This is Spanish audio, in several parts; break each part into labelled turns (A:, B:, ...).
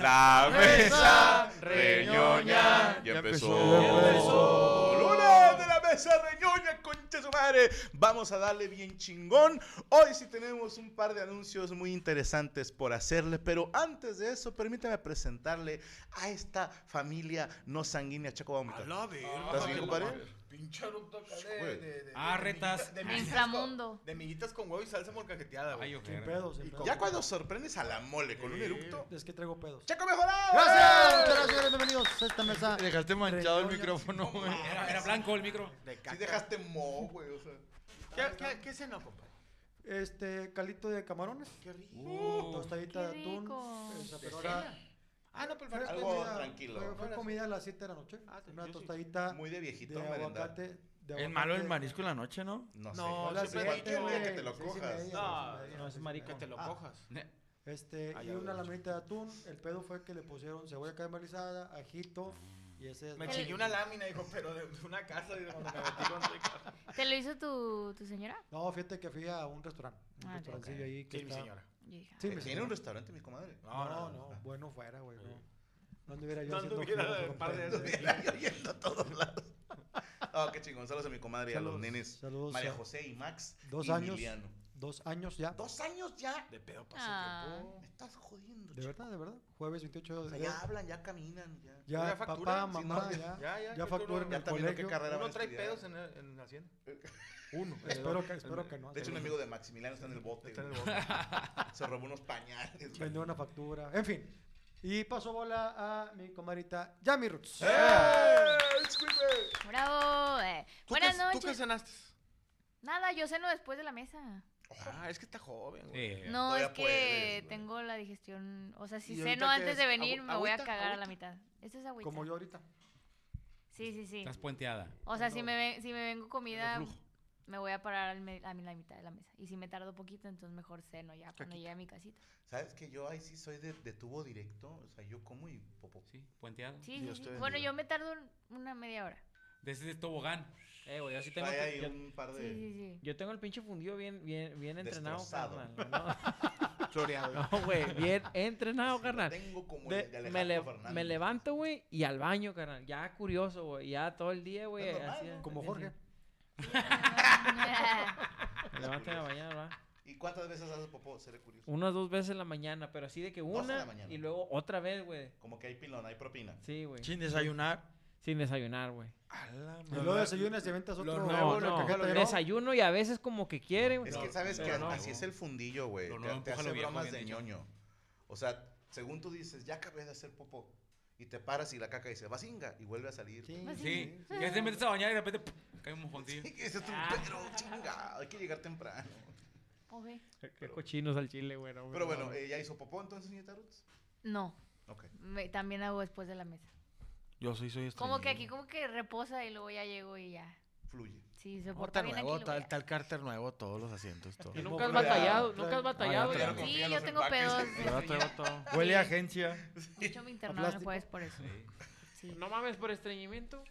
A: La mesa reñoña ya empezó. Luna de la mesa reñoña, concha su madre. Vamos a darle bien chingón. Hoy sí tenemos un par de anuncios muy interesantes por hacerles, pero antes de eso, permítame presentarle a esta familia no sanguínea Chacobamita.
B: La verga.
A: ¿Estás bien, compadre?
B: Pincharon toca
A: güey.
B: de, de, de.
C: Ah, retas.
B: De
C: Ay,
B: miguitas
D: inframundo.
B: con- De miguitas con huevo y salsa molcajeteada, güey.
C: Ay,
B: Y
C: ojera.
B: con-
A: Ya cuando sorprendes a la mole con un eructo.
E: Es que traigo pedos.
A: ¡Chaco mejorado! ¡Eh!
E: Gracias, muchas gracias, señores, bienvenidos a esta mesa.
B: Dejaste manchado el micrófono, güey.
C: Era, era blanco el micro.
A: Si dejaste mo, güey. O sea.
B: ¿Qué, qué, qué cenó, compadre?
E: Este, calito de camarones,
B: Qué rico.
E: Uh,
B: Uh,
E: tostadita de
D: qué
E: atún.
D: rico.
E: esa, pero ahora-
B: Ah, no, pero
E: fue
A: Algo
E: comida-
A: tranquilo.
E: Fue, fue comida a las 7 de la noche.
B: Ah, sí,
E: una
B: sí, sí.
E: tostadita
A: Muy de viejito,
E: de
A: merendar.
E: aguacate. de
C: Es malo el
E: aguacate.
C: marisco en la noche, ¿no?
B: No,
A: No, sé.
E: A las
B: siempre he
A: Cualquier
E: siete,
B: dicho,
A: día que
E: güey,
A: te lo
E: seis y
A: cojas.
E: media,
B: No,
E: seis y media,
B: no,
E: seis y
B: es
E: media.
B: marica. Que te lo
E: Ah,
B: cojas.
E: Este,
B: Ah,
E: y
B: ya
E: una
B: veo.
E: lamita de atún. El pedo fue que le pusieron cebolla caramelizada, ajito. Y ese es.
B: Me
E: la-
B: chingué una lámina, dijo, pero de de una casa. dijo, me metí con Ricardo.
D: ¿Te lo hizo tu, tu señora?
E: No, fíjate que fui a un restaurante. Un
D: Ah, ok.
E: restaurancillo ahí. Que
B: Sí, mi
E: está-
B: señora.
D: Yo dije,
E: Sí, mi
A: Eh, Tiene
E: señora.
A: un restaurante, mi comadre.
E: No, no, bueno fuera, güey. No. No anduviera yo
B: No
E: haciendo
B: anduviera
E: frío,
B: de
E: compadre.
B: par de esas.
A: Yo yendo a todos lados. Ah, qué chingón. Saludos a mi comadre y a los
E: Saludos,
A: nenes.
E: saludos
A: María
E: a-
A: José y Max.
E: Dos
A: y
E: años.
A: Emiliano.
E: Dos años ya.
A: Dos años ya.
B: De pedo pasó
D: Ah.
B: el tiempo.
A: Me estás jodiendo,
E: De
A: chico.
E: verdad, de verdad. Jueves 28
A: O
E: de
A: sea,
E: enero.
A: ya hablan, ya caminan. Ya,
E: Ya,
B: ya
E: papá,
B: facturan, si
E: mamá,
B: no,
E: ya.
B: ya, ya,
E: Ya
B: facturan.
E: facturan
A: Ya
E: en
B: Ya
E: el
A: están viendo qué
E: colegio.
A: carrera van
B: Uno
A: a
B: trae
A: estudiar.
B: pedos en, el- en la hacienda.
E: Uno.
B: Eh,
E: Espero
B: dos.
E: que, espero que no.
A: De hecho, un amigo de Maximiliano está en el bote.
B: Está en el
A: güey.
B: bote.
A: Se robó unos pañales. güey.
E: Vendió una factura. En fin. Y pasó bola a mi comadrita Yami Roots.
A: ¡Eh!
D: ¡Bravo!
B: Ah,
D: eh.
B: ¿Tú
D: Buenas
B: qué- ¿Tú qué
D: noches.
B: cenaste?
D: Nada, yo ceno después de la mesa.
B: Ah, es que está joven, güey.
C: Eh,
D: No,
A: todavía
D: es que
A: puedes, güey.
D: tengo la digestión. O sea, si
B: eh, ¿Y ahorita
D: ceno
B: qué
D: antes
B: es?
D: de venir,
B: Agü-
D: me voy a
B: agüita,
D: cagar a la
B: agüita.
D: mitad. Esto es agüita.
E: Como yo ahorita.
D: Sí, sí, sí.
C: Estás puenteada.
D: O sea,
E: no.
D: si me, ven- si me vengo comida,
B: flujo.
D: me voy a parar al me- a mi- la mitad de la mesa. Y si me tardo poquito, entonces mejor ceno ya cuando llegue a mi casita.
A: ¿Sabes que yo ahí sí soy de, de tubo directo? O sea, yo como y popo.
C: Sí, puenteada.
D: Sí,
B: Dios
D: sí,
B: te
D: sí. Bueno,
B: bendiga.
D: yo me tardo un- una media hora.
C: Desde este tobogán. Eh, güey, así
A: Trae ahí un par
D: Sí, sí,
A: de...
D: sí.
F: Yo tengo el pinche fundido bien, bien, bien entrenado,
A: Destrozado.
F: carnal.
B: Floreado.
F: No, no, güey, bien entrenado,
A: Lo
F: carnal.
A: Tengo como
F: De-
A: el de
F: me,
A: Alejandro
F: le-
A: Fernández.
F: me levanto, güey, y al baño, carnal. Ya curioso, güey. Ya todo el día, güey.
A: Es normal,
F: así,
A: ¿no?
E: Como
F: así.
E: Jorge.
F: Me levanto en la mañana, ¿verdad?
A: ¿Y cuántas veces haces popó? Seré curioso.
F: Unas dos veces en la mañana, pero así de que
A: Dos en la
F: una
A: mañana.
F: y luego otra vez, güey.
A: Como que hay pilón, hay propina.
F: Sí, güey.
C: Sin desayunar.
F: Sin desayunar, güey.
E: Y luego desayunas y aventas otro.
B: Lo nuevo,
F: No,
B: lo
F: no.
B: que jalo, ¿no?
F: Desayuno y a veces como que quiere, güey.
A: Es que sabes que
F: pero no.
A: así es el fundillo, güey.
C: Lo
A: Te-
C: nuevo
A: Te,
C: empuja
A: hace
C: lo viejo,
A: bromas
C: bien
A: de
C: dicho.
A: ñoño. O sea, según tú dices, ya acabé de hacer popó. Y te paras y la caca dice, vacinga. Y vuelve a salir.
E: Sí.
D: Pues
C: Sí. Que te metes a bañar y de repente ¡pum! cae un mojoncillo.
A: Y dices tú,
D: Ah.
A: pero chinga, hay que llegar temprano.
D: Ok.
F: Qué cochinos al chile, güey. no, güey,
A: Pero
F: no,
A: bueno,
F: güey.
A: eh, ¿ya hizo popó entonces, señorita Roots?
D: No,
A: Ok.
D: me- también hago después de la mesa.
C: Yo soy, soy
D: Como que aquí como que reposa y luego ya llego y ya.
A: fluye.
D: Sí, se
B: No,
D: porta
B: Está
D: bien
B: nuevo,
D: aquí.
B: está
D: lo
B: el tal cárter nuevo, todos los asientos, todo.
F: Y
E: no-
F: nunca has
E: Claro,
F: batallado,
E: claro.
F: nunca has batallado.
B: Ah,
F: güey.
B: claro.
D: voy a- Sí,
B: Confía en
D: yo
B: los
D: tengo
B: empaques.
D: pedos.
B: Yo traigo todo. Huele a agencia.
D: De hecho, me
E: ¿A
D: internaron el
E: plástico?
D: jueves pues, por eso. Sí.
F: No mames, por estreñimiento.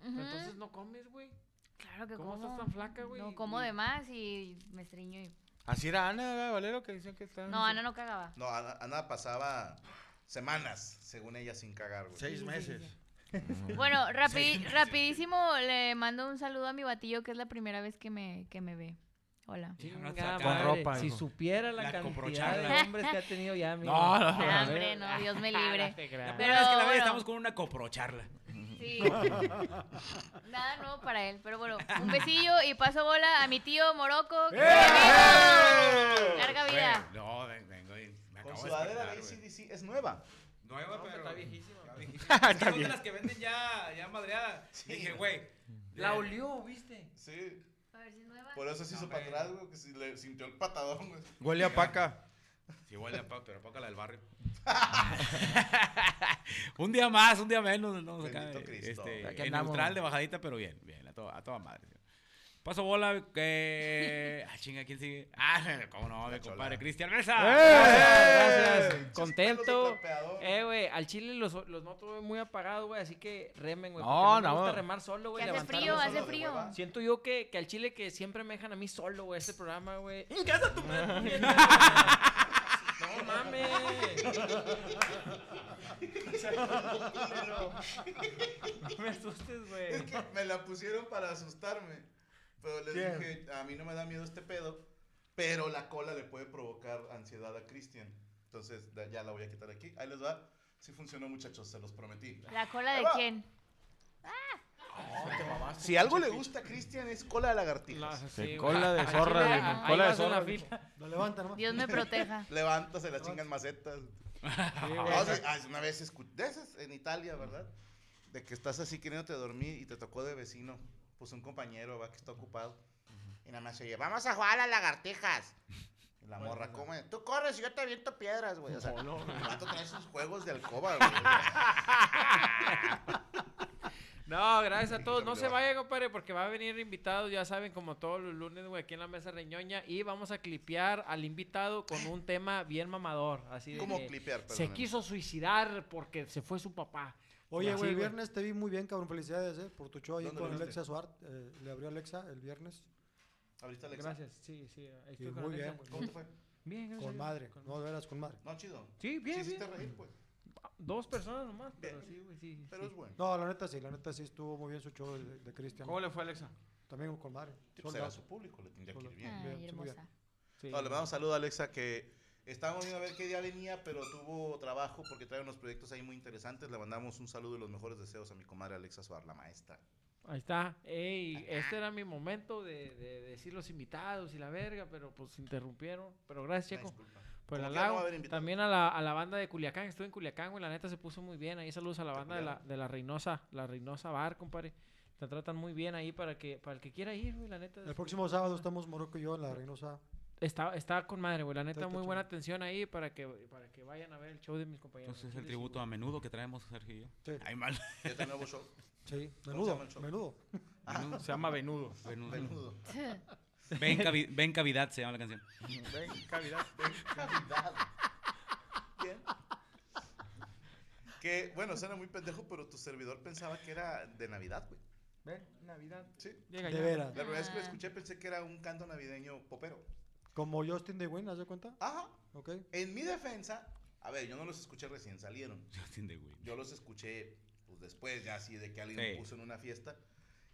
F: Pero
D: Ujú.
F: Entonces no comes, güey.
D: Claro que
F: ¿Cómo
D: como.
F: estás tan flaca, güey?
D: No, como de más y me estreño. Y...
B: Así era Ana, ¿verdad, Valero, que decían que está.
D: No, Ana no cagaba.
A: No, Ana, Ana pasaba semanas, según ella, sin cagar, güey.
B: Seis
D: Sí, sí,
B: meses.
D: sí. Bueno, rapi- rapidísimo le mando un saludo a mi batillo que es la primera vez que me, que me ve. Hola.
F: Chingada
B: Con
F: madre,
B: ropa,
F: Si
B: hijo.
F: supiera la,
C: La
F: cantidad
C: coprocharla.
F: de hombres que ha tenido ya, amigo.
B: No, no,
D: no. Ah, hombre, no, Dios me libre.
F: No te creas.
C: La
D: Pero
C: primera vez que la ve
D: bueno.
C: estamos con una coprocharla. ¡Eh!
D: Sí. Nada nuevo para él, pero bueno, un besillo y paso bola a mi tío Morocco.
F: ¡Eh!
D: que viene. Larga vida.
C: Güey, No, ven- vengo y me acabo
A: Con
C: de
A: sudadera
C: despertar,
A: de
C: güey.
A: ACDC es nueva.
C: Nueva, pero
F: está viejísima,
C: Está
F: güey.
C: viejísima. Es que son de las que venden ya, ya madreada. Dije, güey.
F: La
C: de-
F: olió, ¿viste?
A: Sí,
D: A ver si es nueva.
A: por eso se hizo
C: No,
A: para
C: güey.
A: atrás, güey, que si le sintió el patadón, güey.
B: Huele a paca.
C: Sí, huele a paca, pero paca la del barrio. un día más, un día menos. No, sé,
A: Bendito
C: acá,
A: Cristo.
C: este,
B: Aquí
C: en
B: andamos.
C: neutral de bajadita, pero bien, bien, a, to- a toda madre. Paso bola, que. Ah, chinga, ¿quién sigue? Ah, cómo no, mi compadre, Cristian
F: ¡Eh!
C: ¡Eh! Mesa.
F: Gracias,
A: Pinches
F: gracias.
A: pelos de
F: Contento.
A: trapeador.
F: Eh, güey, al chile los, los noto güey, muy apagados, güey, así que remen, güey.
B: No,
F: porque no,
B: no.
F: me gusta remar solo, güey.
D: Que hace
F: levantarme
D: frío,
F: solo,
D: hace
A: de
F: güey.
D: frío.
A: hueva.
F: Siento yo que, que al chile que siempre me dejan a mí solo, güey, este programa, güey. ¡En casa tu madre! puñeta, güey! ¡No mames! No me asustes,
A: Es
F: güey.
A: que me la pusieron para asustarme. Pero les
E: ¿Quién?
A: dije, a mí no me da miedo este pedo, pero la cola le puede provocar ansiedad a Cristian. Entonces da- ya la voy a quitar aquí. Ahí les va. Sí funcionó, muchachos, se los prometí.
D: ¿La cola de
A: Ahí va.
D: quién?
A: Si algo le gusta a Cristian es cola de lagartijas.
F: No, sí, güey.
B: cola de
F: Al
B: zorra,
F: chile,
D: güey,
F: ah,
B: con
F: ahí
B: cola de
F: vas en la
B: zorra, güey.
F: fila.
E: Lo levanta nomás.
D: Dios me proteja.
A: Levántase las chingas macetas. No, sí, ah, una vez escu- de esas en Italia, ¿verdad? De que estás así queriéndote dormir y te tocó de vecino. Pues un compañero, va, que está ocupado. Y nada más se oye, vamos a jugar a las lagartijas. Y la morra, ¿cómo? es? Tú corres y yo te aviento piedras, güey. O sea, el vato trae sus juegos de alcoba, güey.
F: No, gracias a todos. No se vayan, compadre, porque va a venir invitado, ya saben, como todos los lunes, güey, aquí en la mesa reñoña. Y vamos a clipear al invitado con un tema bien mamador. Así de
A: ¿Cómo
F: que
A: clipear,
F: Se
A: perdóname?
F: quiso suicidar porque se fue su papá.
E: Oye,
F: Así,
E: güey, el viernes te vi muy bien, cabrón. Felicidades, eh, por tu show ahí
A: ¿Dónde
E: con
A: lo viste?
E: Alexa Suart. eh, le abrió Alexa el viernes.
A: Ahorita Alexa.
F: Gracias, sí, sí. ahí
E: Y
F: estoy con
E: muy
F: Alexa,
E: bien.
F: güey.
A: ¿Cómo te fue?
F: Bien, gracias.
E: Con madre.
F: Con-
E: No, de veras, con madre.
A: No, chido.
F: Sí,
A: Sí,
F: bien, bien.
A: hiciste reír, pues.
F: Dos personas nomás, pero
A: Bien.
F: sí, güey, sí.
A: Pero
F: sí.
A: es bueno.
E: No, la neta sí, la neta sí estuvo muy bien su show de, de Cristian.
F: le fue a Alexa?
E: También con madre.
A: Sí, pues,
E: Soldado.
A: era su público, le tendría que ir bien.
E: Bien,
D: Ay,
E: sí, muy bien.
D: hermosa.
F: Sí.
A: No, le mando un saludo a Alexa que estábamos viendo a ver qué día venía, pero tuvo trabajo porque trae unos proyectos ahí muy interesantes. Le mandamos un saludo y los mejores deseos a mi comadre Alexa Suar, la maestra.
F: Ahí está. Ey, este era mi momento de, de decir los invitados y la verga, pero pues se interrumpieron. Pero gracias,
A: Una
F: Checo.
A: disculpa.
F: Por el
A: Como quiera, no va a
F: halago.
A: haber invitado.
F: También a la, a la banda de Culiacán, estuve en Culiacán, güey, la neta se puso muy bien. Ahí saludos a la
A: ¿De
F: banda de la,
A: Culiacán?
F: de la Reynosa, la Reynosa Bar, compadre. Te tratan muy bien ahí para que para el que quiera ir, güey, la neta.
E: El próximo sábado estamos Morocco y yo en la Reynosa.
F: Está, está con madre, güey, la
E: Está-
F: neta
E: está
F: muy buena
E: chido.
F: atención ahí para que para que vayan a ver el show de mis compañeros.
C: Entonces es el
F: Sí,
C: tributo a menudo que traemos Sergio y yo.
E: Sí,
C: Ay, mal.
A: Ya tengo nuevo show.
E: sí.
A: ¿Cómo se
E: Menudo,
A: llama el show?
E: menudo.
C: Menudo.
B: Se llama Venudo.
C: Menudo.
A: Menudo.
C: Ven, cavi- ven cavidad se llama la canción.
B: Ven, cavidad.
A: Calidad. Bien. Que, bueno, suena muy pendejo, pero tu servidor pensaba que era de Navidad, güey.
B: Ven, Navidad.
A: Sí.
F: Llega
E: De
F: ya.
E: veras.
A: La primera vez que lo
D: Ah.
A: escuché pensé que era un canto navideño popero.
E: Como Justin de Wynn, ¿haz de cuenta?
A: Ajá.
E: Ok.
A: En mi defensa, a ver, yo no los escuché recién, salieron.
C: Justin de Wii.
A: Yo los escuché pues, después, ya así de que alguien
C: Sí.
A: puso en una fiesta.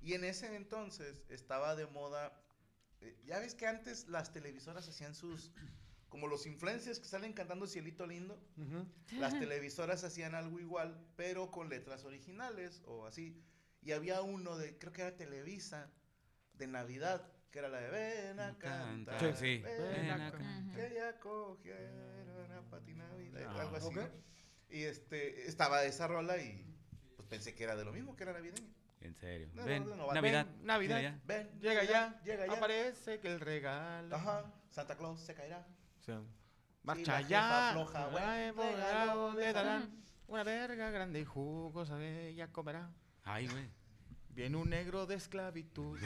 A: Y en ese entonces estaba de moda. eh, ya ves que antes las televisoras hacían sus. Como los influencers que salen cantando Cielito Lindo.
E: Ujú.
A: Las televisoras hacían algo igual, pero con letras originales o así. Y había uno de, creo que era Televisa, de Navidad, que era la de Ven a
C: Canta.
A: cantar.
C: Sí.
A: ven
C: Ven
A: a
C: acá.
D: Ujú.
A: que ya cogieron a Patinavidad,
B: Ah,
A: algo así.
E: ok.
A: ¿no? Y este, estaba esa rola y pues pensé que era de lo mismo, que era navideño.
C: En serio.
A: No,
C: ven,
A: no, no, va-
C: Navidad.
B: ven, Navidad.
C: Mira ya.
A: Ven,
B: Llega ya,
A: llega ya.
B: Aparece que el regalo.
A: Ajá, Santa Claus se caerá.
B: O sea, marcha
A: jefa
B: ya.
A: floja,
B: ay,
A: buen
B: buen
A: regalo
B: regalo le
A: le
B: darán. Una verga grande y jugosa de ella comerá.
C: Ay, güey.
B: Viene un negro de esclavitud.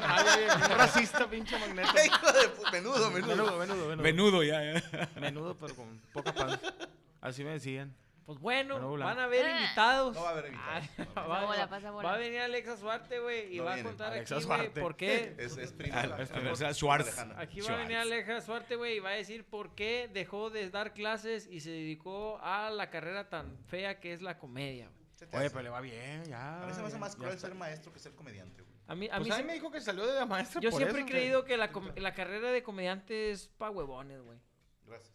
B: Racista, pinche magneto.
A: Hijo de pu- menudo, menudo.
B: Menudo, menudo, menudo.
C: Menudo ya, ya.
B: Menudo, pero con poca pan. Así me decían.
F: Pues bueno,
B: Bueno, blanco.
F: van a haber
D: Ah.
F: invitados.
A: No va a haber invitados.
F: Ah,
D: Pasa
F: va-
D: bola, pasa bola.
F: Va a venir Alexa Suarte, güey, y
A: No
F: va
A: viene.
F: a contar
B: Alexa
F: aquí, güey,
B: Suarte.
F: por qué.
A: Es, es primo.
C: Es primo, o sea, Schwarz.
F: Aquí va a venir Alexa Suarte, güey, y va a decir por qué dejó de dar clases y se dedicó a la carrera tan fea que es la comedia, güey.
B: Oye, pero le va bien, Eh, ya.
A: A mí se me hace
B: ya-
A: más
B: ya
A: cruel
B: está.
A: ser maestro que ser comediante, güey.
F: A mí, a
B: Pues
F: mí
B: a mí
F: sí-
B: me dijo que salió de la maestra
F: yo
B: por
F: siempre he
B: eso, que-
F: creído que la, com- la carrera de comediante es pa' huevones, güey.
A: Gracias.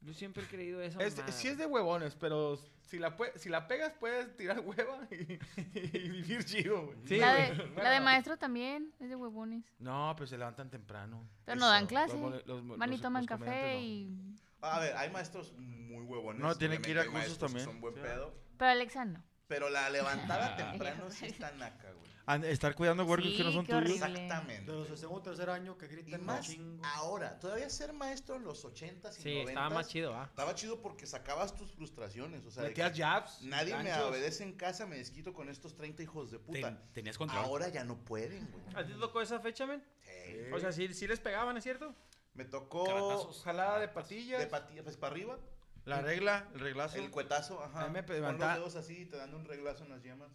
F: Yo siempre he creído eso.
B: Es, sí es de huevones, pero si la, pue- si la pegas puedes tirar hueva y, y vivir chido, güey.
F: Sí,
D: la,
F: güey.
D: de, la de maestro también es de huevones.
B: No, pero se levantan temprano.
D: Pero no dan
A: Eso,
D: clase.
B: los- los-
D: Van y
B: los-
D: toman
B: los
D: café
B: comediantes no.
D: y...
A: A ver, hay maestros muy huevones.
B: No, tienen que ir a
A: obviamente, hay
B: cursos
A: maestros
B: también.
A: que Son buen
B: Sí.
A: pedo.
D: Pero Alexa no.
A: Pero la levantada temprano sí está naca, güey.
B: An- estar cuidando huercos
D: Sí,
B: que no son
D: qué
B: tuyos.
D: horrible.
A: Exactamente.
E: De los de segundo o tercer año que
A: Y
E: gritan
A: más
E: chingo.
A: ahora, todavía ser maestro en los 80s y 90s.
F: Sí, estaba más chido, ¿ah?
A: Estaba chido porque sacabas tus frustraciones. O sea, de
B: Metías
A: que
B: jabs.
A: nadie me
B: ganchos.
A: obedece en casa, me desquito con estos 30 hijos de puta.
C: Ten- tenías control.
A: Ahora ya no pueden, güey.
E: Ah,
F: ¿A ti te tocó esa fecha, men?
A: Sí.
F: O sea, sí, sí les pegaban, ¿es cierto?
A: Me tocó
C: Caratazos.
B: Jalada de patillas.
A: de patilla, pues para arriba,
B: la regla, el reglazo.
A: el cuetazo, ajá.
B: A mí me
A: Pon
B: levantaba-
A: los dedos así y te dan un reglazo en las llamas.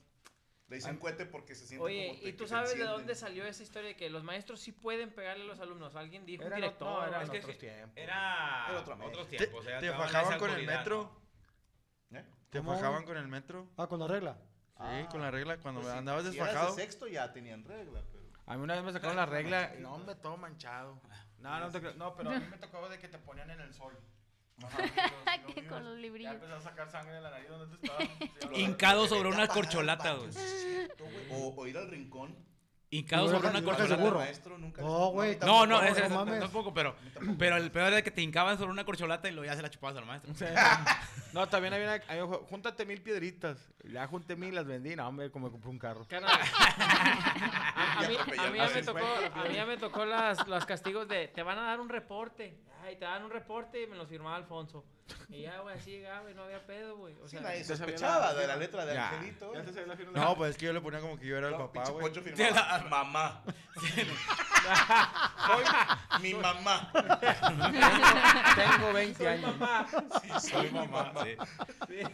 A: Le dicen cuete porque se siente
F: Oye,
A: como te-
F: ¿y tú
A: que se
F: sabes de
A: encienden.
F: dónde salió esa historia de que los maestros sí pueden pegarle a los alumnos? Alguien dijo,
B: Eran
F: un director,
B: ot- no,
F: o
B: eran
F: algo así.
B: otros tiempos.
C: Era
A: Era otra
C: otros
A: madre.
B: Te,
C: tiempos. o sea,
B: te
C: daban
B: fajaban
C: esa
B: con el
C: autoridad,
B: metro.
C: ¿no?
A: ¿Eh?
B: Te
E: ¿Cómo?
B: fajaban con el metro.
E: Ah, con la regla.
B: Sí, con la regla. Cuando
A: Pues si-
B: andabas
A: si eras de
B: desfajado.
A: sexto ya tenían regla, pero...
B: A mí una vez me sacaron la regla. No, hombre, todo manchado.
A: Ah.
B: No, no te creo. No, pero a mí me tocó de que te ponían en el sol.
D: Que
B: Ajá.
D: con los librillos.
B: empezó a sacar sangre de la nariz donde te estaba.
C: Hincado sobre
A: Vete a
C: una
A: pagar al
C: corcholata,
A: baño,
C: güey.
A: sí es cierto, güey. O, o ir al rincón.
C: Hincado
E: Yo
C: sobre
E: era-
C: una
E: yo era
A: Pero
E: de
A: al
C: corcholata.
E: burro.
A: maestro nunca les-
E: No, güey,
C: No,
A: tampoco.
C: no,
E: Tampoco,
C: ese,
E: no
C: ese-
E: mames.
C: tampoco, pero, pero el peor era que te hincaban sobre una corcholata y luego ya se la chupabas al maestro.
B: No, también había una. había un juego, júntate mil piedritas. Ya junté mil, las vendí. No, hombre, como compré un carro.
F: Carnal. A, a mí, a mí ya
A: Ah,
F: me
A: sí,
F: tocó,
A: fue.
F: a mí ya me tocó las, los castigos de te van a dar un reporte. Ay, te dan un reporte y me los firmaba Alfonso. Y ya, güey, así llegaba, güey, no había pedo, güey. O
A: Sí,
F: sea,
A: nadie
B: ya sabía la-
A: sospechaba de la letra de
B: Ya.
A: Angelito. güey.
B: No, pues es que yo le ponía como que yo era el
A: No,
B: papá,
A: pinche
B: güey.
A: Poncho firmaba, Mamá. Soy mi mamá.
B: Tengo 20
F: soy
B: años.
F: mamá.
C: Soy mamá. Sí.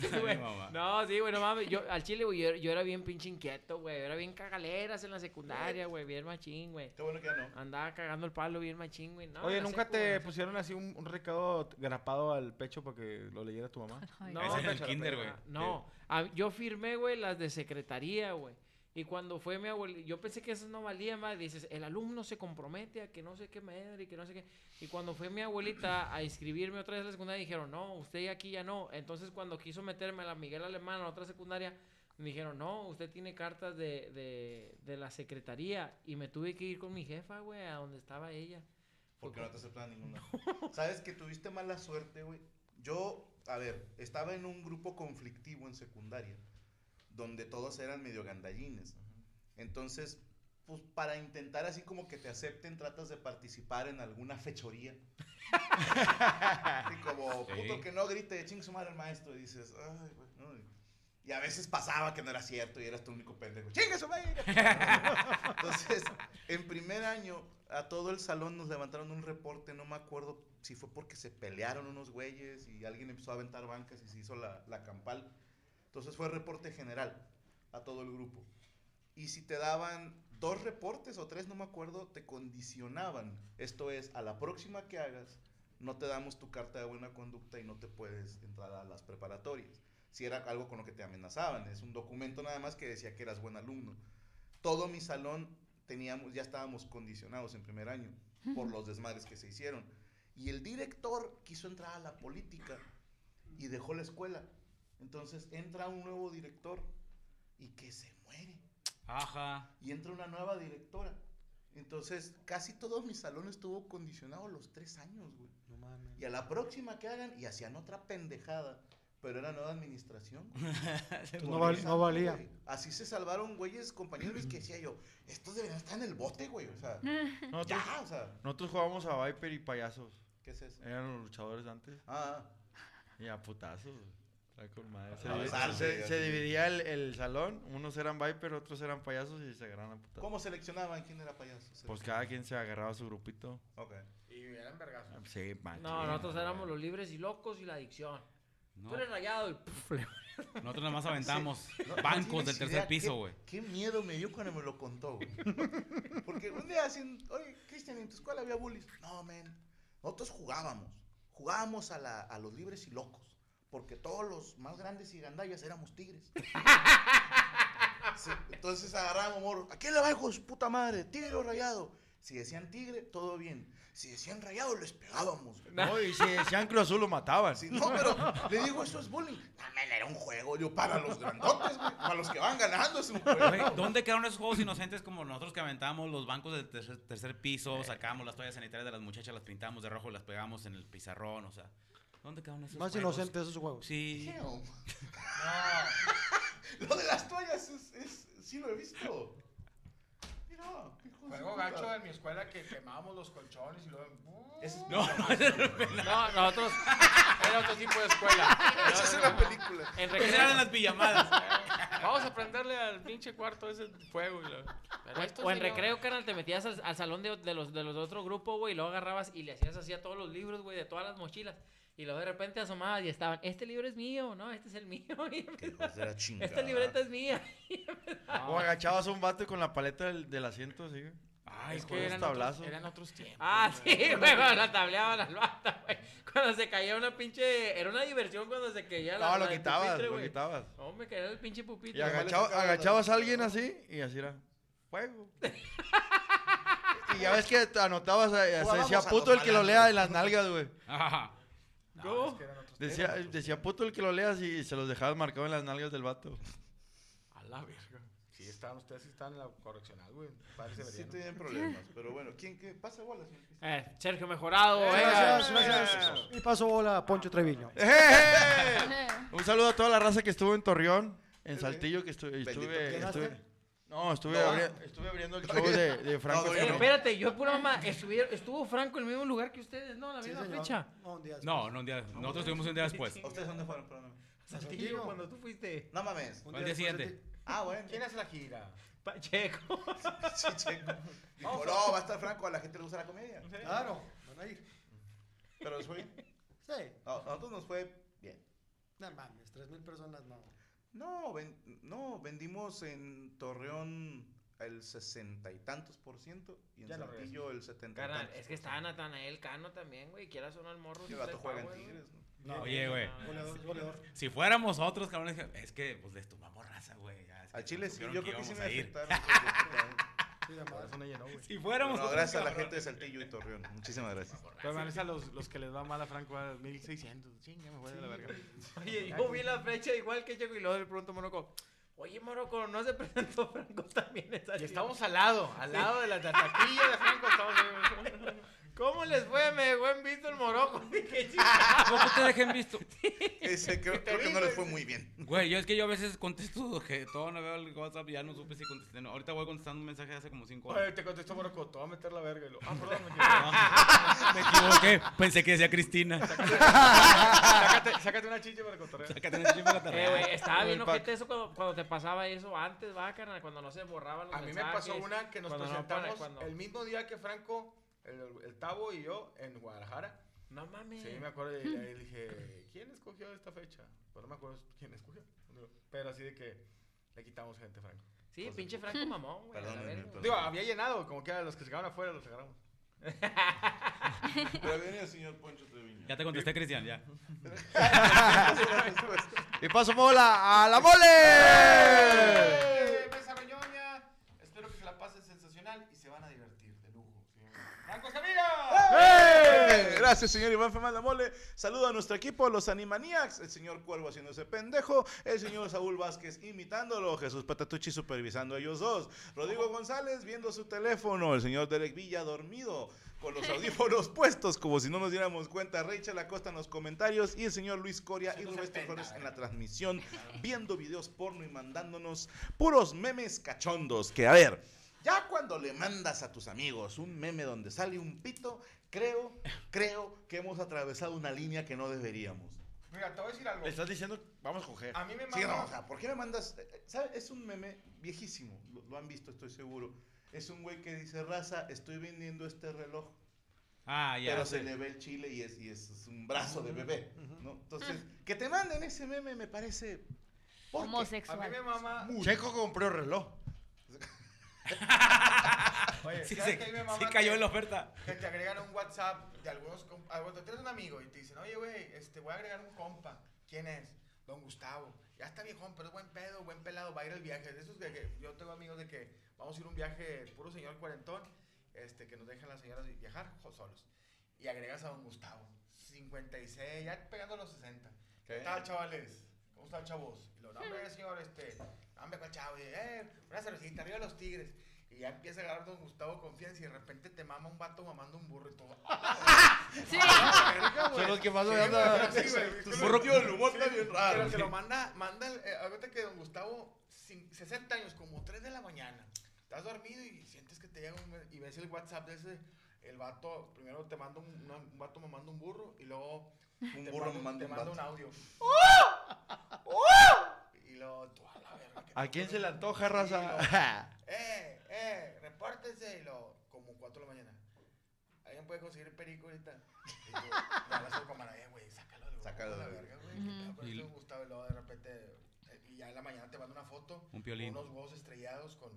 F: Sí, güey. No, sí, güey, no mames. Yo, al chile, güey, yo, yo era bien pinche inquieto, güey. Era bien cagaleras en la secundaria, güey. Bien machín, güey.
A: Qué bueno que ya no.
F: Andaba cagando el palo bien machín, güey. No,
B: Oye,
F: la
B: ¿nunca
F: secu, güey,
B: te
F: la
B: pusieron así un, un recado t- grapado al pecho para que lo leyera tu mamá?
D: Ay,
F: No,
C: Ese es
F: pero-
C: el kinder, güey.
F: No, a- yo firmé, güey, las de secretaría, güey. Y cuando fue mi abuelita, yo pensé que eso no valía más. Dices, el alumno se compromete a que no sé qué madre y que no sé qué. Y cuando fue mi abuelita a inscribirme otra vez a la secundaria, dijeron, no, usted aquí ya no. Entonces, cuando quiso meterme a la Miguel Alemán a otra secundaria, me dijeron, no, usted tiene cartas de, de, de la secretaría. Y me tuve que ir con mi jefa, güey, a donde estaba ella.
A: Porque no te aceptan ninguna. Sabes que tuviste mala suerte, güey. Yo, a ver, estaba en un grupo conflictivo en secundaria, donde todos eran medio gandallines. Entonces, pues para intentar así como que te acepten, tratas de participar en alguna fechoría. Así como,
C: Sí.
A: puto que no grite, ching su madre el maestro. Y dices, ay, güey, no. Y a veces pasaba que no era cierto y eras tu único pendejo. ¡Chinga su madre! Entonces, en primer año, a todo el salón nos levantaron un reporte, no me acuerdo si fue porque se pelearon unos güeyes y alguien empezó a aventar bancas y se hizo la, la campal. Entonces fue reporte general a todo el grupo. Y si te daban dos reportes o tres, no me acuerdo, te condicionaban. Esto es, a la próxima que hagas, no te damos tu carta de buena conducta y no te puedes entrar a las preparatorias. Si era algo con lo que te amenazaban, es un documento nada más que decía que eras buen alumno. Todo mi salón teníamos, ya estábamos condicionados en primer año por los desmadres que se hicieron. Y el director quiso entrar a la política y dejó la escuela. Entonces entra un nuevo director y que se muere
C: Ajá.
A: y entra una nueva directora. Entonces, casi todo mi salón estuvo condicionado los tres años, güey.
E: No mames.
A: Y a la próxima que hagan, y hacían otra pendejada, pero era nueva administración. güey.
E: Entonces no, val- no valía.
A: Güey, Así se salvaron, güeyes, compañeros que decía yo, estos deberían estar en el bote, güey. O sea,
B: Nosotros,
A: ya, o sea,
B: nosotros jugábamos a Viper y payasos.
A: ¿qué es eso?
B: Eran los luchadores antes.
A: Ah,
B: Y a putazos. güey. Está con madre.
A: Ah,
B: Sí.
A: sí.
G: Se, se- se dividía el, el salón, unos eran Viper, otros eran payasos y se agarraban a putas.
A: ¿Cómo seleccionaban quién era payaso?
G: Pues cada quien se agarraba a su grupito.
A: Ok.
B: Y eran vergazos.
G: Ah, Sí, machín.
F: No, nosotros éramos los libres y locos y la adicción.
C: No,
F: Tú eres rayado y puf, le-
C: nosotros nada más aventamos
A: No, no
C: bancos
A: tienes
C: del tercer
A: idea
C: piso,
A: qué-
C: güey.
A: Qué, miedo me dio cuando me lo contó, güey. Porque un día hacen, oye, Cristian, ¿en tu escuela había bullies? No, men. Nosotros jugábamos. Jugábamos a, la- a los libres y locos. Porque todos los más grandes y gandallas éramos tigres. Sí, entonces agarrábamos moro. ¿A quién le va, hijo de su puta madre? ¿Tigre o rayado? Si decían tigre, todo bien. Si decían rayado, les pegábamos. güey.
G: No, y si decían Cruz Azul lo mataban.
A: Sí, no, pero le digo, eso es bullying. No, men, era un juego. Yo, para los grandotes, güey, para los que van ganando, es un juego.
C: Güey, ¿Dónde quedaron esos juegos inocentes como nosotros que aventábamos los bancos del tercer, tercer piso, sacábamos las toallas sanitarias de las muchachas, las pintamos de rojo y las pegamos en el pizarrón? O sea, ¿dónde quedaron esos
E: Más
C: juegos?
E: inocentes esos juegos.
C: Sí.
A: Damn. Lo de las toallas es, es- sí lo he visto. Mira, qué cosa.
B: Pues Juego gacho eh. en mi escuela que quemábamos los colchones y luego. uh,
A: Esa es,
C: No, no, ese
F: No, nosotros era otro tipo de escuela.
A: esa es la película.
F: En
C: eran
F: recreo,
C: las pijamadas.
B: Vamos a prenderle al pinche cuarto ese fuego. Y la...
F: o en- o en recreo, carnal, te metías al, al salón de, de los de los de otro grupo, güey, y luego agarrabas y le hacías así a todos los libros, güey, de todas las mochilas. Y luego de repente asomabas y estaban, este libro es mío, no, este es el mío. y empezabas,
G: Este
F: Esta libreta es mía.
G: O agachabas a un vato y con la paleta del, del asiento, así. güey.
C: Ay,
G: Es que eran otros- tablazo. eran
B: tiempos.
F: Ah, sí, güey, cuando la tableaban al vato, güey. Cuando se caía una pinche. Era una diversión cuando se caía la.
G: No,
F: la
G: lo
F: del
G: quitabas,
F: pupitre,
G: lo
F: güey.
G: quitabas.
F: No, me caía el pinche pupitre.
G: Y agachaba-
A: sacaba la-
G: agachabas a alguien así y así era. Fuego. y ya ves que te anotabas, eh,
A: Jugábamos
G: decía
A: a los
G: puto el que lo
A: malandros.
G: lea de las nalgas, güey.
C: Ajá.
F: Go.
G: Decía, decía puto el que lo leas y se los dejabas marcado en las nalgas del vato.
B: A la verga. Sí, estaban ustedes sí estaban en la correccional, güey. Padres
A: Sí
B: deberían.
A: tienen problemas, pero bueno, ¿quién qué pasa bolas?
F: Eh, Sergio Mejorado, venga.
E: Gracias, gracias. Y paso bola a Poncho Treviño.
G: ¡Eh, Un saludo a toda la raza que estuvo en Torreón, en
A: Ok.
G: Saltillo, que estuve... estuve,
E: ¿Llegaste?
G: estuve- no, estuve,
A: No.
G: abri- estuve abriendo el show de, de Franco.
A: No,
F: Eh,
G: Escamilla.
F: espérate, yo pura mamá, estuvieron- estuvo Franco en el mismo lugar que ustedes, ¿no? La
E: Sí,
F: misma
E: señor.
F: fecha.
E: No, un día después.
C: No, no, un día. Nosotros estuvimos un día después.
A: ¿A ustedes dónde fueron? Perdóname.
F: Saltillo, cuando tú fuiste.
A: No mames.
C: Al día
E: después de
C: siguiente.
E: ti.
A: Ah, bueno.
B: ¿Quién hace la gira?
F: Pacheco.
A: Sí, checo. Dijo, no, va a estar franco, a la gente le gusta la comedia.
E: Claro, van a ir.
A: Pero les fue bien.
E: Sí.
A: A a nosotros nos fue bien.
E: No mames, 3000 personas no.
A: No, ven- no, vendimos en Torreón el sesenta y tantos por ciento y en
B: Ya lo
A: Saltillo el setenta y
F: Carnal,
A: tantos.
F: es que estaba Natanael Cano también, güey. Quieras sonar el morro.
A: El
F: sí
A: vato
F: se
A: juega en
F: pagó, güey.
A: Tigres, ¿no?
E: Bien.
C: Oye, güey.
E: Goleador, goleador.
C: Si fuéramos otros, cabrones, es que pues les tomamos raza, güey. ya, es que
A: A Chile sí,
C: supieron
A: yo creo que sí
C: íbamos
A: me
C: a ir.
A: afectaron. Pero
E: Sí, de madre.
C: Si fuéramos
A: no,
C: otros,
A: gracias a la
C: cabrón.
A: gente de Saltillo y Torreón. Muchísimas gracias.
B: Pero me avisa los, los que les va mal a Franco a 1600. Chinga, me voy de la verga.
F: Oye, yo vi la fecha igual que Checo y luego le pregunto a Morocco. Oye, Morocco, ¿no se presentó Franco también en
B: Y
F: Saltillo?
B: estamos al lado, al lado de la taquilla de Franco. Estamos ahí.
F: ¿Cómo les fue? Me dejó en visto el Morocco. Dije, chica.
C: ¿Cómo te dejen visto?
A: Ese, creo, creo que no les fue muy bien.
C: Güey, yo es que yo a veces contesto que todo no veo el WhatsApp, ya no supe si contesté. no. Ahorita voy contestando un mensaje de hace como cinco
B: Oye,
C: años.
B: te contestó Morocco, te voy a meter la verga. Y lo, ah, perdón, me equivoqué.
C: Me equivoqué, pensé que decía Cristina.
B: sácate, sácate una chicha para cotorrear.
C: Sácate una chispa para
F: Eh,
C: atrás.
F: güey, estaba bien
G: el pack.
F: ojete eso cuando, cuando te pasaba eso antes, va, carnal, cuando no se borraban los
B: A mí me pasó
F: mensajes,
B: una que nos
F: cuando no
B: presentamos
F: pone- cuando-
B: el mismo día que Franco, el, el Tavo y yo en Guadalajara.
F: No mames.
B: Sí, me acuerdo. Y ahí dije, ¿quién escogió esta fecha? Pues no me acuerdo quién escogió. Pero así de que le quitamos gente, Franco.
F: Sí, pinche Franco mamón, güey. a la
A: Perdónenme,
F: verga, güey.
A: perdón.
B: Digo, había llenado, como que a los que se quedaban afuera los agarramos.
A: Pero viene el señor Poncho Treviño.
C: Ya te contesté, Cristian, ya.
G: Y paso bola a la mole.
B: ¡Eh! Mesa Reñoña, espero que se la pasen sensacional y se van a divertir de lujo. ¿sí? ¡Franco Escamilla!
A: ¡Eh! Gracias, señor Iván Femán La Mole. Saludo a nuestro equipo, los Animaniacs, el señor Cuervo haciéndose pendejo, el señor Saúl Vázquez imitándolo, Jesús Patatucci supervisando a ellos dos, Rodrigo González viendo su teléfono, el señor Derek Villa dormido, con los audífonos puestos, como si no nos diéramos cuenta, Rachel Acosta en los comentarios y el señor Luis Coria y Roberto Flores en la transmisión, viendo videos porno y mandándonos puros memes cachondos, que a ver... Ya cuando le mandas a tus amigos un meme donde sale un pito, creo, creo que hemos atravesado una línea que no deberíamos.
B: Mira, te voy a decir algo.
G: Le estás diciendo, vamos a coger.
B: A mí me
A: Sí, no, o
B: manda.
A: sea, ¿por qué me mandas? ¿Sabes? Es un meme viejísimo. Lo, lo han visto, estoy seguro. Es un güey que dice, raza, estoy vendiendo este reloj.
C: Ah, ya.
A: pero
C: sí.
A: se le ve el chile y es, y es, es un brazo de bebé. ¿no? Entonces, que te manden ese meme me parece. ¿por
B: A
A: qué?
B: mí me
D: Homosexual.
B: mama.
G: Checo compró reloj.
B: Oye,
C: Sí,
B: ¿sabes
C: se,
B: que a mí me
C: sí
B: mama
C: cayó
B: que-
C: en la oferta.
B: que te agregan un WhatsApp de algunos compas. Tienes un amigo y te dicen, oye, güey, este, voy a agregar un compa. ¿Quién es? Don Gustavo. Ya está viejón, pero es buen pedo, buen pelado, va a ir al viaje. De esos que, que yo tengo amigos de que vamos a ir a un viaje, puro señor cuarentón, este, que nos dejan las señoras viajar jo- solos. Y agregas a Don Gustavo, 56, ya pegando los 60. ¿Qué
A: Ok.
B: tal, chavales? ¿Cómo están, chavos? Y lo nombre, señor, este, hombre, cuál chavo, y, eh, una cervecita, arriba los tigres. Y ya empieza a agarrar Don Gustavo confianza y de repente te mama un vato mamando un burro y todo.
D: Sí.
G: Son los que más me andan.
B: Sí, güey.
A: Tu sentido del humor está bien raro.
B: Pero se lo manda, manda, el- eh, ahorita que don Gustavo, cin- 60 años, como 3 de la mañana, estás dormido y sientes que te llega un, y ves el WhatsApp de ese, el vato, primero te manda un, una- un vato mamando un burro y luego
A: Un
B: te
A: burro
B: manda- te
A: mamando un
B: manda un
A: vato.
B: audio. Y luego, tú, a la verga, ¿qué
G: ¿A
B: te
G: quién se
B: ocurre?
G: le antoja,
B: Y luego,
G: raza?
B: eh, eh, repórtense y lo, como 4 de la mañana. ¿Alguien puede conseguir perico ahorita? Y tú, le hablas al camarada, eh, güey, sácalo. le digo,
A: Sácalo,
B: a la
A: güey.
B: verga, güey. ¿Qué pedo con
C: Y
B: esto,
C: l-
B: Gustavo? Y luego de repente, eh, y ya en la mañana te manda una foto.
C: Un piolín.
B: con Unos huevos estrellados con,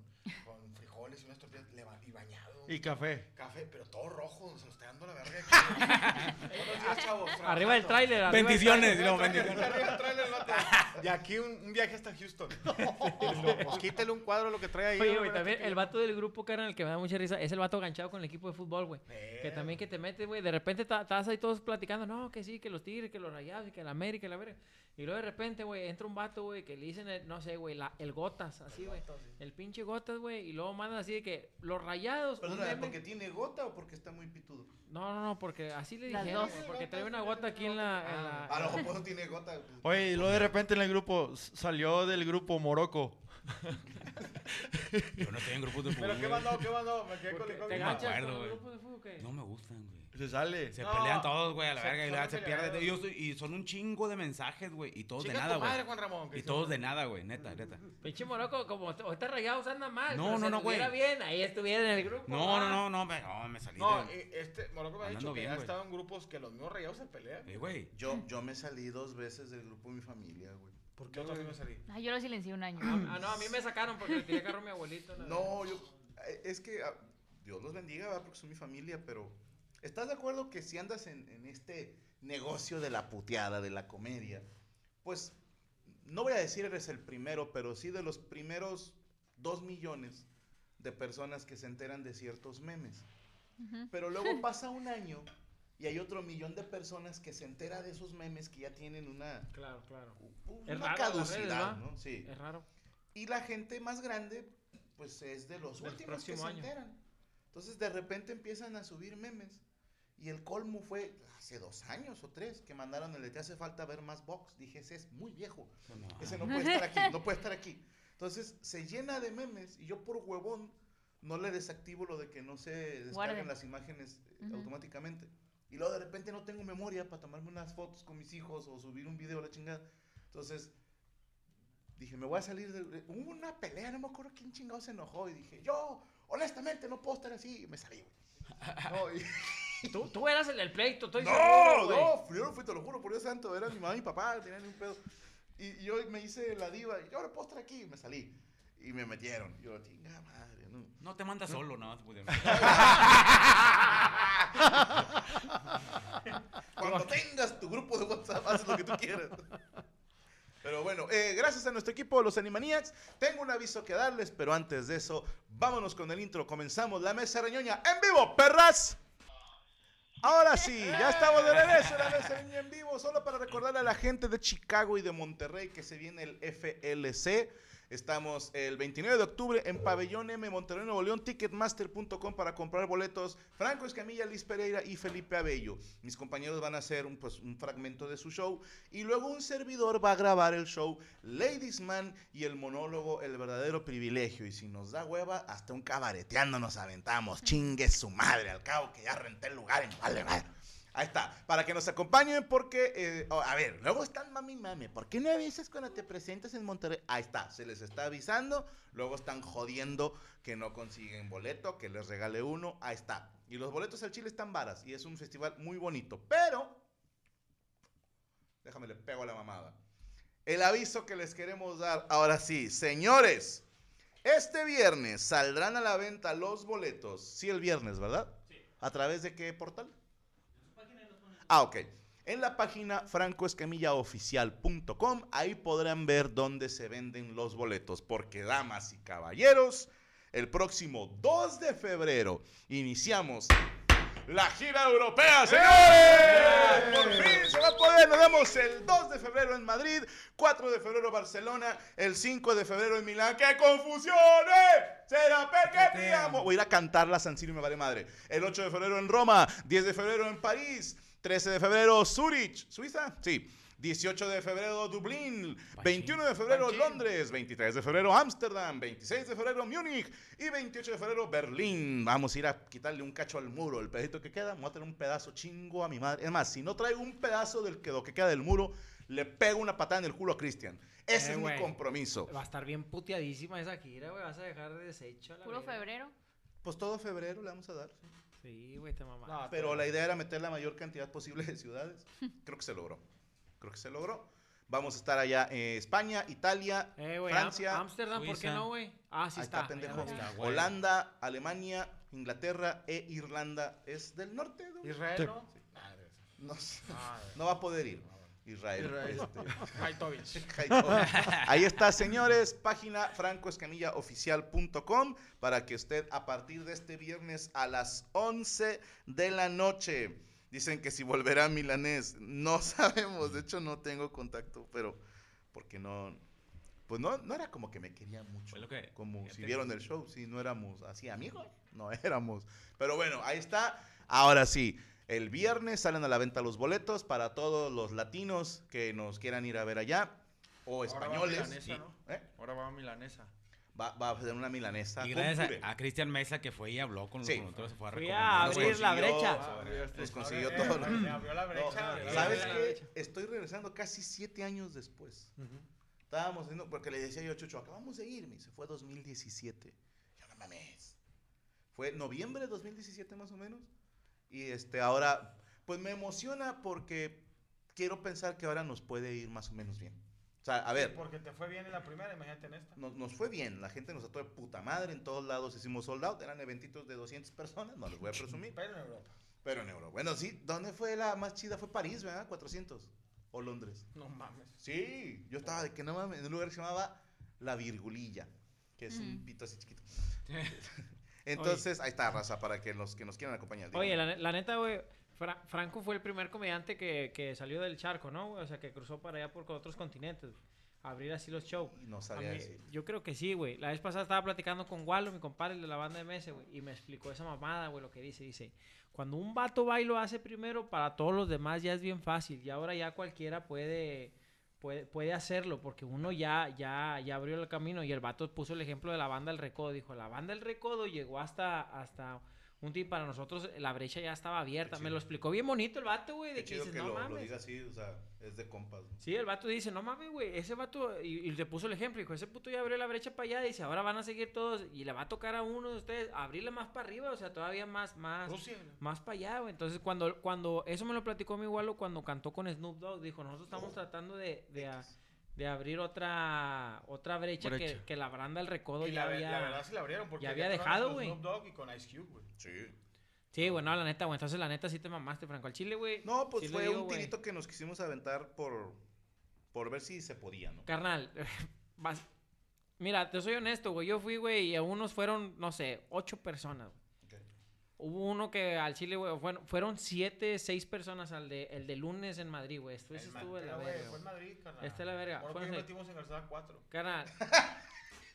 B: con frijoles y unas tortillas le ba- y bañado.
G: Y café.
B: Café, pero todo rojo, se lo está dando la verga. Buenos días, chavos.
F: Arriba
B: trabajando.
F: del tráiler. arriba del
C: Bendiciones,
F: tráiler.
C: no,
B: Está
C: bendiciones.
B: arriba el trailer, vato. Y aquí un, un viaje hasta Houston. Pues quítale un cuadro lo que trae ahí.
F: Oye,
B: hombre,
F: güey, también
B: este
F: el vato del grupo, carnal, el que me da mucha risa, es el vato ganchado con el equipo de fútbol, güey. Que también que te metes, güey, de repente ta- estás ahí todos platicando, no, que sí, que los Tigres, que los Rayados, y que la América, y la verga. Y luego de repente, güey, entra un vato, güey, que le dicen, el- no sé, güey, la- el Gotas, así, güey. El pinche Gotas, güey, y luego mandan así de que los Rayados... un
A: Perdóname,
F: meme-
A: ¿porque tiene gota o porque está muy pitudo?
F: No, no, no, porque así le
D: Las
F: dijeron,
D: dos.
F: güey, porque trae una gota aquí en la... en la-
A: A lo mejor pues tiene gota.
G: Oye, y luego de repente en el grupo s- salió del grupo Morocco.
C: Yo no estoy en grupos de fútbol.
B: Pero qué
C: güey.
B: mandó, qué mandó. Me quedé con
F: porque
B: el
F: te
C: me
F: ganchas
C: acuerdo,
F: con el
C: güey.
F: grupo de fútbol, ¿qué?
C: No me gustan, güey.
G: Se sale.
C: Se
B: No,
C: pelean todos, güey, a la
B: son-
C: verga. Y,
B: son
C: la-
B: muy
C: se pierden.
B: peleaderos.
C: Y, yo soy- y son un chingo de mensajes, güey. Y todos
B: Chinga
C: de
B: tu
C: nada,
B: madre,
C: güey.
B: Juan Ramón, que
C: Y
B: se-
C: todos de nada, güey. Neta, neta.
F: Pinche Morocco, como este est- ahorita Rayados anda mal.
C: No,
F: pero
C: no,
F: si
C: no, güey.
F: estuviera bien, ahí estuviera en el grupo.
C: No, no,
F: ah.
C: no, no, me, no, me salí.
B: No,
C: de-
B: eh, este Morocco me ha
C: Andando
B: dicho que
C: bien,
B: ha
C: güey.
B: estado en grupos que los mismos rayados se pelean.
C: Eh, güey.
A: Yo, yo me salí dos veces del grupo de mi familia, güey.
B: ¿Por qué no me salí?
D: Ay, yo lo silencié un año.
F: Ah, no, a mí me sacaron porque le tiré carro a mi abuelito. la verdad.
A: No, yo. eh, Es que ah, Dios los bendiga, ¿verdad? Porque son mi familia, pero. ¿Estás de acuerdo que si andas en, en este negocio de la puteada, de la comedia, pues. No voy a decir eres el primero, pero sí de los primeros dos millones de personas que se enteran de ciertos memes.
D: Ujú.
A: Pero luego pasa un año y hay otro millón de personas que se entera de esos memes que ya tienen una, pues,
F: Claro, claro.
A: una
F: Es raro las redes,
A: caducidad,
F: ¿verdad?
A: ¿no? Sí.
F: Es raro.
A: Y la gente más grande, pues es de los
F: Del
A: últimos que
F: próximo
A: se
F: año.
A: enteran. Entonces de repente empiezan a subir memes. Y el colmo fue hace dos años o tres que mandaron el de te hace falta ver más box. Dije, ese es muy viejo.
C: No.
A: Ese no puede estar aquí, no puede estar aquí. Entonces se llena de memes y yo por huevón no le desactivo lo de que no se descarguen
D: Guarde.
A: las imágenes eh,
D: Ujú.
A: automáticamente. Y luego de repente no tengo memoria para tomarme unas fotos con mis hijos o subir un video a la chingada. Entonces dije, me voy a salir del... de- Hubo una pelea, no me acuerdo quién chingado se enojó y dije, yo, honestamente, no puedo estar así. Y me salí. güey. No, y-
F: Tú, tú eras el del pleito, estoy
A: no,
F: seguro, güey.
A: no, yo no fui, te lo juro, por Dios santo, era mi mamá y mi papá, no tenían un pedo. Y, y yo me hice la diva, y yo ahora puedo estar aquí, y me salí. Y me metieron. Y yo, chinga madre, no.
C: No te mandas solo, nada más te pudieron.
A: Cuando tengas tu grupo de WhatsApp, haces lo que tú quieras. Pero bueno, eh, gracias a nuestro equipo de los Animaniacs, tengo un aviso que darles, pero antes de eso, vámonos con el intro. Comenzamos la mesa reñoña en vivo, perras. Ahora sí, ya estamos de regreso en la mesa reñoña en vivo, solo para recordar a la gente de Chicago y de Monterrey que se viene el FLC. Estamos el 29 de octubre en Pabellón M, Monterrey, Nuevo León, ticketmaster.com para comprar boletos. Franco Escamilla, Liz Pereira y Felipe Abello. Mis compañeros van a hacer un, pues, un fragmento de su show y luego un servidor va a grabar el show Ladies Man y el monólogo El verdadero privilegio. Y si nos da hueva, hasta un cabareteando nos aventamos. Chingue su madre, al cabo que ya renté el lugar en vale madre. Ahí está, para que nos acompañen porque, eh, oh, a ver, luego están mami mami, ¿por qué no avisas cuando te presentas en Monterrey? Ahí está, se les está avisando, luego están jodiendo que no consiguen boleto, que les regale uno, ahí está. Y los boletos al Chile están varas y es un festival muy bonito, pero, déjame le pego a la mamada. El aviso que les queremos dar, ahora sí, señores, este viernes saldrán a la venta los boletos, sí el viernes, ¿verdad? Sí. ¿A través de qué portal? Ah, ok. En la página francoescamillaoficial.com, ahí podrán ver dónde se venden los boletos, porque damas y caballeros, el próximo 2 de febrero iniciamos la gira europea, señores. Por fin se va a poder. Nos vemos el 2 de febrero en Madrid, 4 de febrero en Barcelona, el 5 de febrero en Milán. ¡Qué confusión! eh! ¡Será porque te amo! Voy a ir a cantarla a San Siro y me vale madre. El 8 de febrero en Roma, 10 de febrero en París, 13 de febrero Zurich, Suiza, sí. 18 de febrero Dublín, 21 de febrero Londres, 23 de febrero Ámsterdam, 26 de febrero Múnich y 28 de febrero Berlín. Vamos a ir a quitarle un cacho al muro, el pedacito que queda, vamos a tener un pedazo chingo a mi madre. Es más, si no traigo un pedazo del que, lo que queda del muro, le pego una patada en el culo a Cristian. Ese
F: Eh,
A: es
F: güey.
A: mi compromiso.
F: Va a estar bien puteadísima esa gira, güey. Vas a dejar de desecho a la
D: Puro
F: verga.
D: febrero.
A: Pues todo febrero le vamos a dar.
F: Sí, güey, te mamá.
A: Ah, Pero la idea era meter la mayor cantidad posible de ciudades. Creo que se logró. Creo que se logró. Vamos a estar allá eh, España, Italia,
F: Eh, güey,
A: Francia,
F: Am- Ámsterdam, ¿por qué
C: Suiza.
F: no, güey? Ah, sí
A: Ahí
F: está.
A: está, pendejo.
F: ahí está.
C: güey.
A: Holanda, Alemania, Inglaterra e Irlanda. ¿Es del norte? no?
B: Israel, ¿no?
A: No, sé. No va a poder ir. Israel. este,
F: Haitovich.
A: Haitovia. Ahí está, señores. Página francoescamillaoficial.com para que usted a partir de este viernes a las 11 de la noche. Dicen que si volverá milanés. No sabemos. De hecho, no tengo contacto, pero porque no. Pues no, no era como que me quería mucho.
C: Fue lo que-
A: como si
C: fíjate.
A: vieron el show, si no éramos así amigos, no éramos. Pero bueno, ahí está. Ahora sí, el viernes salen a la venta los boletos para todos los latinos que nos quieran ir a ver allá o
G: Ahora va
A: españoles.
G: milanesa,
A: Sí.
G: ¿no?
A: ¿Eh?
G: Ahora va a Milanesa.
A: Va, va a hacer una milanesa.
C: Y
A: con
C: gracias
A: puré.
C: a, a Cristian Mesa que fue y habló con, los-
A: Sí.
C: con nosotros, se fue a
F: Fui a
C: recomendar.
A: Nos
F: abrir la
A: consiguió-
F: brecha.
A: Nos consiguió todo. lo-
B: Se abrió la brecha.
A: No,
B: abrió la
A: ¿Sabes
B: brecha.
A: qué? Estoy regresando casi siete años después. Estábamos haciendo, porque le decía yo a Chucho, acabamos de irme. Se fue 2017. Yo no mames. Fue noviembre de 2017 más o menos. Y este, ahora, pues me emociona porque quiero pensar que ahora nos puede ir más o menos bien. O sea, a ver,
B: Porque te fue bien en la primera, imagínate en esta.
A: nos, nos fue bien, la gente nos ató de puta madre, en todos lados hicimos sold out, eran eventitos de 200 personas, no les voy a presumir,
B: Pero en Europa.
A: pero en euro. Bueno, sí, ¿dónde fue la más chida? Fue París, ¿verdad? 400. O Londres.
B: No mames.
A: Sí, yo estaba de que no mames, en un lugar que se llamaba La Virgulilla, que es un
D: Mm.
A: pito así chiquito. Entonces, ahí está, raza, para que los que nos quieran acompañar.
F: Oye,
A: díganme.
F: la, ne- la neta, güey, Fra- Franco fue el primer comediante que, que salió del charco, ¿no? güey? O sea, que cruzó para allá por otros continentes. güey. Abrir así los shows.
A: Y no
F: A
A: sabía
F: mí-
A: decir.
F: yo creo que sí, güey. La vez pasada estaba platicando con Wallo, mi compadre, el de la banda de MS, güey. Y me explicó esa mamada, güey, lo que dice. Dice, cuando un vato va y lo hace primero, para todos los demás ya es bien fácil. Y ahora ya cualquiera puede, puede, puede hacerlo, porque uno ya, ya, ya abrió el camino. Y el vato puso el ejemplo de la banda El Recodo. Dijo, la banda El Recodo llegó hasta... hasta un tipo para nosotros la brecha ya estaba abierta.
A: Qué
F: Me lo
A: chido.
F: explicó bien bonito el vato, güey.
A: Qué
F: De que
A: chido
F: dices,
A: que lo,
F: no
A: lo
F: mames.
A: diga así, o sea, es de compas. ¿no?
F: Sí, el vato dice, no mames, güey, ese vato, y, y le puso el ejemplo, dijo, ese puto ya abrió la brecha para allá, dice, ahora van a seguir todos, y le va a tocar a uno de ustedes, abrirle más para arriba, o sea, todavía más, más,
A: Oh,
B: Rusia.
F: más para allá, güey. Entonces, cuando, cuando, eso me lo platicó mi igualo cuando cantó con Snoop Dogg, dijo, nosotros estamos tratando de, de, a- de abrir otra, otra brecha, que-
G: Brecha.
F: Que, la branda del recodo
B: Y
F: ya
B: la, ve-
F: había...
B: la verdad se la abrieron porque
F: ya había
B: tocaron
F: dejado,
B: con
F: güey.
B: Snoop Dogg y con Ice Cube, güey.
A: Sí.
F: Sí, bueno, la neta, güey, entonces la neta sí te mamaste, Franco, al chile, güey.
A: No, pues
F: sí le
A: fue
F: digo,
A: un
F: güey.
A: tirito que nos quisimos aventar por, por ver si se podía, ¿no?
F: Carnal, vas- Mira, te soy honesto, güey. Yo fui, güey, y a unos fueron, no sé, ocho personas. güey.
A: Ok.
F: Hubo uno que al Chile, güey, fueron, fueron siete, seis personas al de, el de lunes en Madrid, güey. Esto
B: El
F: sí
B: man-
F: estuvo de la
B: pero, güey,
F: verga.
B: Fue
F: güey.
B: en Madrid, carnal.
F: Está de la verga,
B: Ahora
F: fue
B: que
F: en-
B: metimos en Garzada 4.
F: Carnal,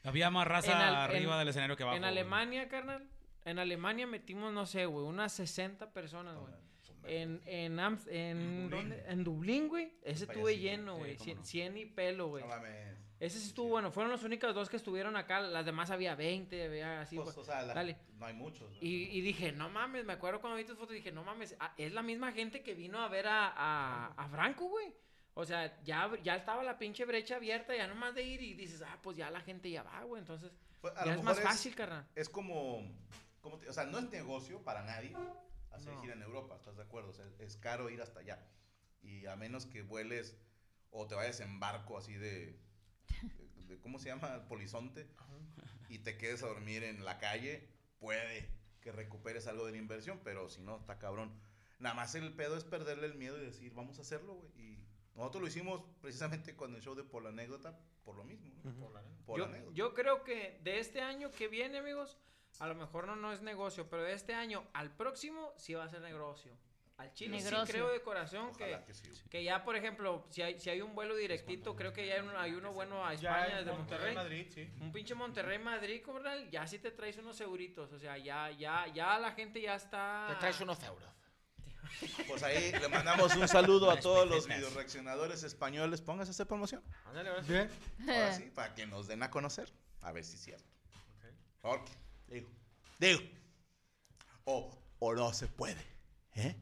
C: Había más raza
F: En al- en-
C: arriba del escenario que abajo.
F: en
C: güey.
F: Alemania, carnal, en Alemania metimos, no sé, güey, unas 60 personas, güey. En, en, Amst-
A: Dublín.
F: en, ¿dónde? en Dublín, güey. Ese estuve
A: payasito.
F: lleno,
C: Sí,
F: güey.
C: cómo
F: cien,
C: no.
F: cien y pelo, güey.
A: No mames.
F: Ese sí estuvo bueno. Fueron las únicas dos que estuvieron acá. Las demás había 20, había así.
A: Pues,
F: pues.
A: o sea, la-
F: Dale.
A: no hay muchos. ¿no?
F: Y, y dije, no mames, me acuerdo cuando vi tus fotos, dije, no mames, ah, es la misma gente que vino a ver a, a, a Franco, güey. O sea, ya, ya estaba la pinche brecha abierta, ya nomás de ir y dices, ah, pues ya la gente ya va, güey. Entonces,
A: Pues, a
F: ya
A: lo
F: es
A: mejor
F: más fácil, carnal.
A: Es como, como te- o sea, no es negocio para nadie hacer
F: No.
A: gira en Europa, ¿estás de acuerdo? O sea, es caro ir hasta allá. Y a menos que vueles o te vayas en barco así de, de- de- ¿cómo se llama? Polizonte, y te quedes a dormir en la calle, puede que recuperes algo de la inversión, pero si no, está cabrón. Nada más el pedo es perderle el miedo y decir, vamos a hacerlo, güey. Y nosotros lo hicimos precisamente con el show de Por la Anécdota, por lo mismo, ¿no? Por la anécdota.
F: Yo, yo creo que de este año que viene, amigos, a lo mejor no, no es negocio, pero de este año al próximo sí va a ser negocio. Al Chile sí
D: Negrocio.
F: creo de corazón
A: Ojalá que
F: que,
A: sí.
F: que ya, por ejemplo, si hay, si hay un vuelo directito, creo que ya hay, un- hay uno bueno a España desde Monterrey.
B: Madrid, sí.
F: Un pinche Monterrey Madrid, carnal, ya sí te traes unos euritos, o sea, ya ya ya la gente ya está
G: Te traes unos euros.
A: Pues ahí le mandamos un saludo a todos los
C: Fitness.
A: videoreaccionadores españoles. Póngase a hacer promoción.
B: Ándale, ahora sí.
E: Bien.
A: Ahora sí, para que nos den a conocer. A ver si es cierto. Porque, digo, digo. O, o no se puede. ¿eh?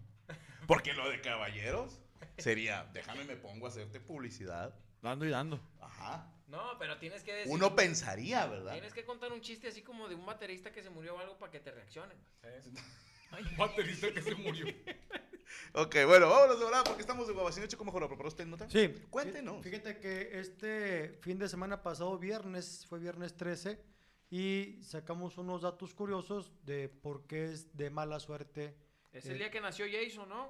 A: Porque lo de caballeros sería, déjame me pongo a hacerte publicidad.
G: Dando y dando.
A: Ajá.
F: No, pero tienes que decir
A: Uno pensaría, ¿verdad?
F: Tienes que contar un chiste así como de un baterista que se murió o algo para que te reaccionen.
C: Baterista que se murió.
A: Ok, bueno, vámonos de verdad porque estamos de guabacino hecho como joropo. ¿Pero usted nota?
E: Sí.
A: Cuéntenos.
E: Fíjate que este fin de semana pasado, viernes, fue viernes 13, y sacamos unos datos curiosos de por qué es de mala suerte.
F: Es el día que nació Jason, ¿no?